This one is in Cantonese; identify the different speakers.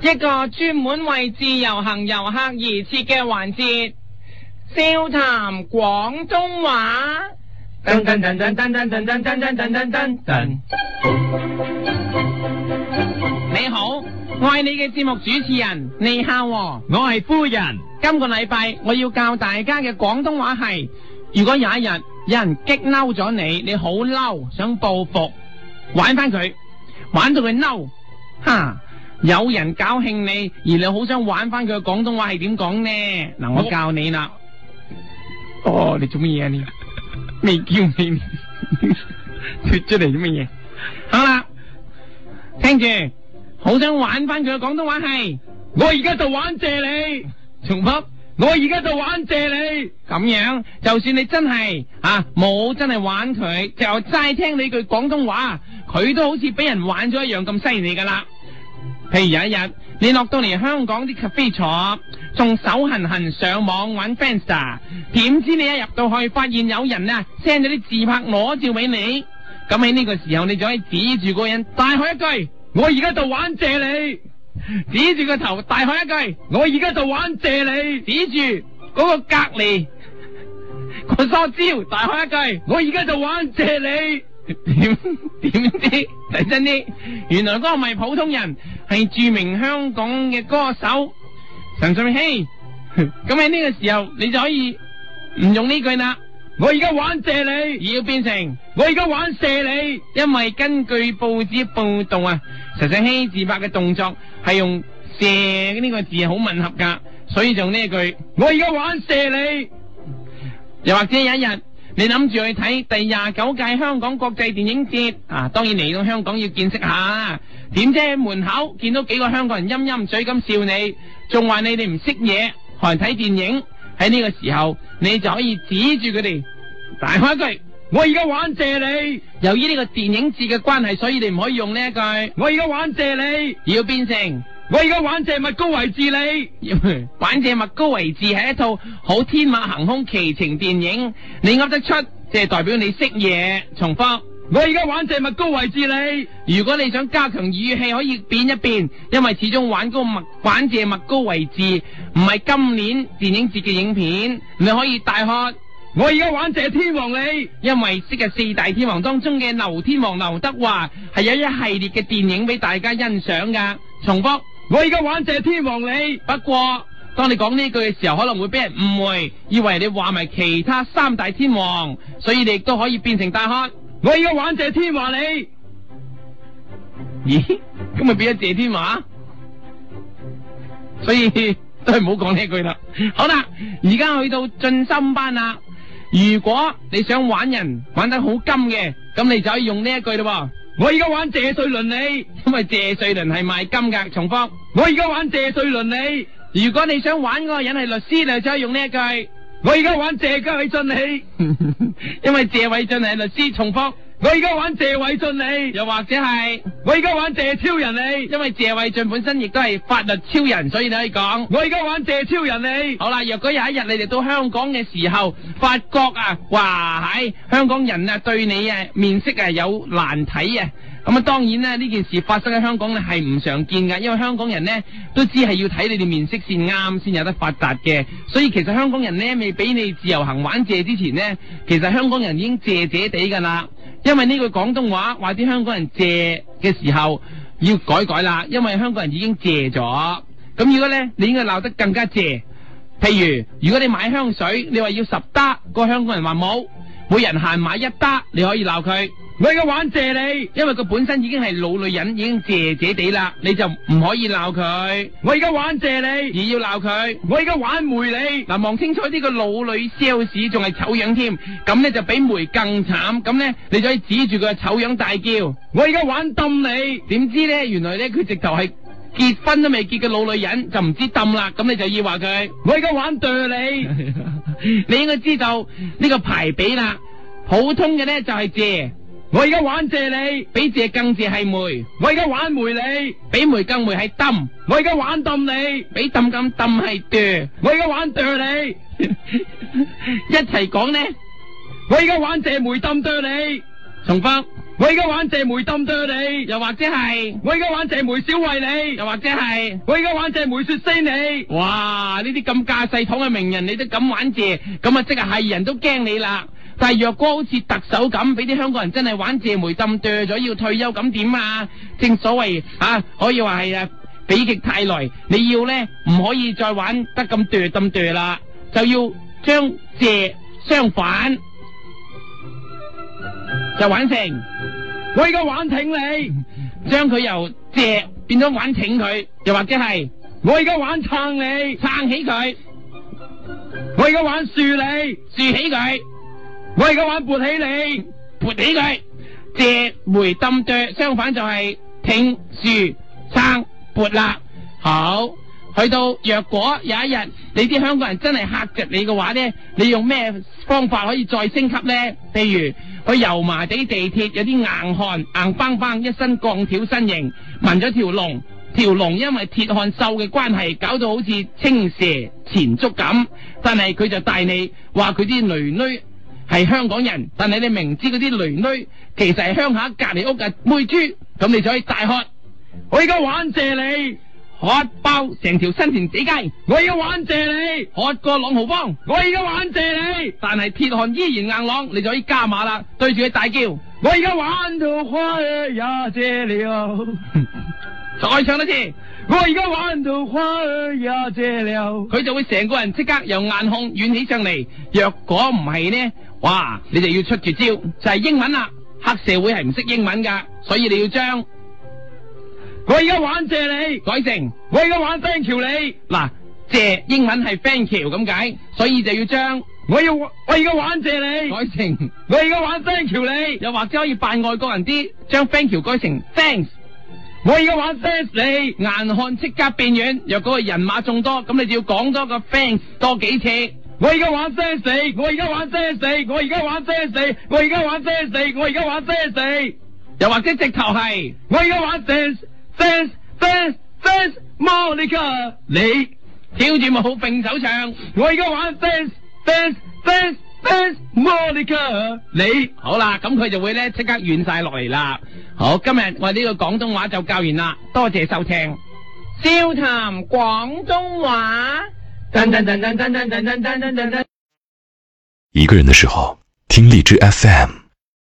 Speaker 1: 一個專門為自由行遊客而設嘅環節，笑談廣東話。
Speaker 2: 噔噔噔噔噔噔噔噔噔噔噔噔噔。
Speaker 1: 你好，我係你嘅節目主持人，你孝喎。
Speaker 2: 我係夫人，
Speaker 1: 今個禮拜我要教大家嘅廣東話係，如果有一日有人激嬲咗你，你好嬲，想報復，玩翻佢，玩到佢嬲，哈！有人搞興你，而你好想玩翻佢嘅廣東話係點講呢？嗱，我
Speaker 2: 我
Speaker 1: 教你啦。哦，你做乜嘢啊你？未叫你 脱出嚟做乜嘢？好啦，聽住，好想玩翻佢嘅廣東話係。
Speaker 2: 我而家就玩謝你，
Speaker 1: 重複，
Speaker 2: 我而家就玩謝你，
Speaker 1: 咁樣，就算你真係啊冇真係玩佢，就齋聽你句廣東話，佢都好似俾人玩咗一樣咁犀利噶啦。譬如有一日，你落到嚟香港啲 cafe 坐，仲手痕痕上網揾 Friendster，點知你一入到去，發現有人啊 send 咗啲自拍裸照俾你，咁喺呢個時候，你就可以指住嗰個人大喝一句，
Speaker 2: 我而家就玩謝你，
Speaker 1: 指住個頭大喝一句。
Speaker 2: 我而家就玩謝你，
Speaker 1: 指住嗰個隔離 個梳蕉，大喝一句
Speaker 2: 我而家就玩謝你，
Speaker 1: 點點知睇真啲，原來嗰個唔係普通人，係著名香港嘅歌手陳俊熙。咁喺呢個時候，你就可以唔用呢句啦，
Speaker 2: 我而家玩謝你，
Speaker 1: 而要變成。
Speaker 2: 我而家玩謝你，
Speaker 1: 因為根據報紙報道啊，陳振熙自拍嘅動作係用射呢個字好吻合噶，所以就用呢一句。
Speaker 2: 我而家玩謝你，
Speaker 1: 又或者有一日，你諗住去睇第廿九屆香港國際電影節啊，當然嚟到香港要見識下啦。點知喺門口見到幾個香港人陰陰嘴咁笑你，仲話你哋唔識嘢，學人睇電影。喺呢個時候，你就可以指住佢哋大喊一句。
Speaker 2: 我而家玩謝你，
Speaker 1: 由於呢個電影節嘅關係，所以你唔可以用呢一句，
Speaker 2: 我而家玩謝你，
Speaker 1: 而要變成。
Speaker 2: 我而家玩謝物高為治你。
Speaker 1: 玩謝麥高維治係一套好天馬行空奇情電影，你噏得出，即係代表你識嘢。重複。
Speaker 2: 我而家玩謝物高維治你，
Speaker 1: 如果你想加強語氣，可以變一變，因為始終玩高麥玩謝麥高維治唔係今年電影節嘅影片，你可以大喝，
Speaker 2: 我而家玩謝天王你，
Speaker 1: 因為昔日四大天王當中嘅劉天王劉德華係有一系列嘅電影俾大家欣賞噶。重複，
Speaker 2: 我而家玩謝天王你，
Speaker 1: 不過當你講呢句嘅時候，可能會俾人誤會，以為你話埋其他三大天王，所以你亦都可以變成大喝。
Speaker 2: 我而家玩謝天王你，
Speaker 1: 咦，咁咪變咗謝天啊華，所以都係唔好講呢一句啦。好啦，而家去到進心班啦。如果你想玩人玩得好金嘅，咁你就可以用呢一句咯
Speaker 2: 我而家玩謝瑞麟你，
Speaker 1: 喎，因為謝瑞麟係賣金噶。重複，
Speaker 2: 我而家玩謝瑞麟你，
Speaker 1: 如果你想玩嗰個人係律師，你就可以用呢一句，
Speaker 2: 我而家玩謝家偉俊 你，
Speaker 1: 因為謝偉俊係律師。重複，
Speaker 2: 我而家玩謝偉俊你，
Speaker 1: 又或者係
Speaker 2: 我而家玩謝超人你，
Speaker 1: 因為謝偉俊本身亦都係法律超人，所以你可以講。
Speaker 2: 我而家玩謝超人你，
Speaker 1: 好啦，若果有一日你哋到香港嘅時候，發覺啊，哇，喺香港人啊對你啊面色啊有難睇啊，咁啊當然啦，呢件事發生喺香港咧係唔常見㗎，因為香港人呢都知係要睇你哋面色先啱先有得發達嘅，所以其實香港人呢未俾你自由行玩謝之前呢，其實香港人已經謝謝地㗎啦，因為呢句廣東話話啲香港人謝嘅時候要改改啦，因為香港人已經謝咗，咁如果呢，你應該鬧得更加謝。譬如如果你買香水，你話要十打，個香港人話冇，每人限買一打，你可以鬧佢，
Speaker 2: 我而家玩謝你，
Speaker 1: 因為佢本身已經係老女人，已經謝謝地啦，你就唔可以鬧佢，
Speaker 2: 我而家玩謝
Speaker 1: 而
Speaker 2: 你，
Speaker 1: 要鬧佢。
Speaker 2: 我而家玩梅你，
Speaker 1: 嗱，望清楚呢個老女 sales 仲係醜樣添，咁呢就比梅更慘，咁呢，你就可以指住佢嘅醜樣大叫。
Speaker 2: 我而家玩氹你，
Speaker 1: 點知呢？原來呢，佢直頭係結婚都未結嘅老女人，就唔知氹啦，咁你就要話佢。
Speaker 2: 我而家玩啄你，
Speaker 1: 你應該知道呢個排比啦，普通嘅呢就係謝，
Speaker 2: 我而家玩謝你，
Speaker 1: 比謝更謝係梅，
Speaker 2: 我而家玩梅你，
Speaker 1: 比梅更梅係氹，
Speaker 2: 我而家玩氹你，
Speaker 1: 比氹咁氹係啄，
Speaker 2: 我而家玩啄你，
Speaker 1: 一齊講呢，
Speaker 2: 我而家玩謝梅氹啄你。
Speaker 1: 重複，
Speaker 2: 我而家玩謝梅氹對你，
Speaker 1: 又或者係，
Speaker 2: 我而家玩謝梅小慧你
Speaker 1: 又，或者係。
Speaker 2: 我而家玩謝梅雪飛你。
Speaker 1: 哇！呢啲咁架勢統嘅名人，你都敢玩謝，咁啊即係係人都驚你啦。但係若果好似特首咁，俾啲香港人真係玩謝梅氹剁咗要退休，咁點啊？正所謂啊，可以話係啊，比極太耐，你要呢，唔可以再玩得咁剁咁剁啦，就要將謝相反就玩成，
Speaker 2: 我而家玩挺你，
Speaker 1: 將佢由謝變咗玩請佢，又或者係
Speaker 2: 我而家玩撐你，
Speaker 1: 撐起佢。
Speaker 2: 我而家玩豎你，
Speaker 1: 竖起佢，
Speaker 2: 我而家玩撥起你。
Speaker 1: 撥起佢，借梅抌剁，相反就係挺竖撐撥啦。好，去到若果有一日你啲香港人真係嚇着你嘅話呢，你用咩方法可以再升級呢？譬如去油麻地地鐵有啲硬漢硬邦邦一身鋼條身形，紋咗條龍。條龍因為鐵漢獸嘅關係，搞到好似青蛇纏足咁，但係佢就帶你話佢啲女女係香港人，但係你明知嗰啲女女其實係鄉下隔離屋嘅妹豬，咁你就可以大喝
Speaker 2: 我而家玩謝你，
Speaker 1: 喝爆成條新田死街，
Speaker 2: 我而家玩謝你，
Speaker 1: 喝過朗豪坊，
Speaker 2: 我而家玩謝你，
Speaker 1: 但係鐵漢依然硬朗，你就可以加碼啦，對住佢大叫，
Speaker 2: 我而家玩到花兒也謝了，
Speaker 1: 再唱多次。
Speaker 2: 我而家玩到花兒也謝了。
Speaker 1: 佢就會成個人即刻由硬控軟起上嚟。若果唔係呢，哇！你就要出絕招，就係、英文啦。黑社會係唔識英文噶，所以你要將
Speaker 2: 我而家玩謝你，
Speaker 1: 改成
Speaker 2: 我而家玩 thank you 你，
Speaker 1: 嗱，謝英文係 thank you 咁解，所以就要將
Speaker 2: 我要我而家玩謝你，
Speaker 1: 改成，
Speaker 2: 我而家玩 thank you 你，
Speaker 1: 又或者可以扮外國人啲，將 thank you 改成 thanks。
Speaker 2: 我而家玩 thanks 你，
Speaker 1: 硬漢即刻變軟，若果係人馬眾多，咁你就要講多個 thanks 多幾次。
Speaker 2: 我而家玩 thanks 你，我而家玩 thanks 你，我而家玩 thanks 你，我而家玩 thanks 你，我而家玩 thanks 你，
Speaker 1: 又或者直頭係
Speaker 2: 我而家玩 thanks thanks thanks thanks Monica 你，
Speaker 1: 挑住舞並手唱。
Speaker 2: 我而家玩 thanks thanks thanks thanks Monica 你。
Speaker 1: 好啦，咁佢就會咧即刻軟晒落嚟啦。好，今日我哋呢個廣東話就教完啦，多謝收聽。笑談廣東話。
Speaker 2: 噔噔噔噔噔噔噔噔噔噔噔。
Speaker 3: 一个人的时候，听荔枝 FM。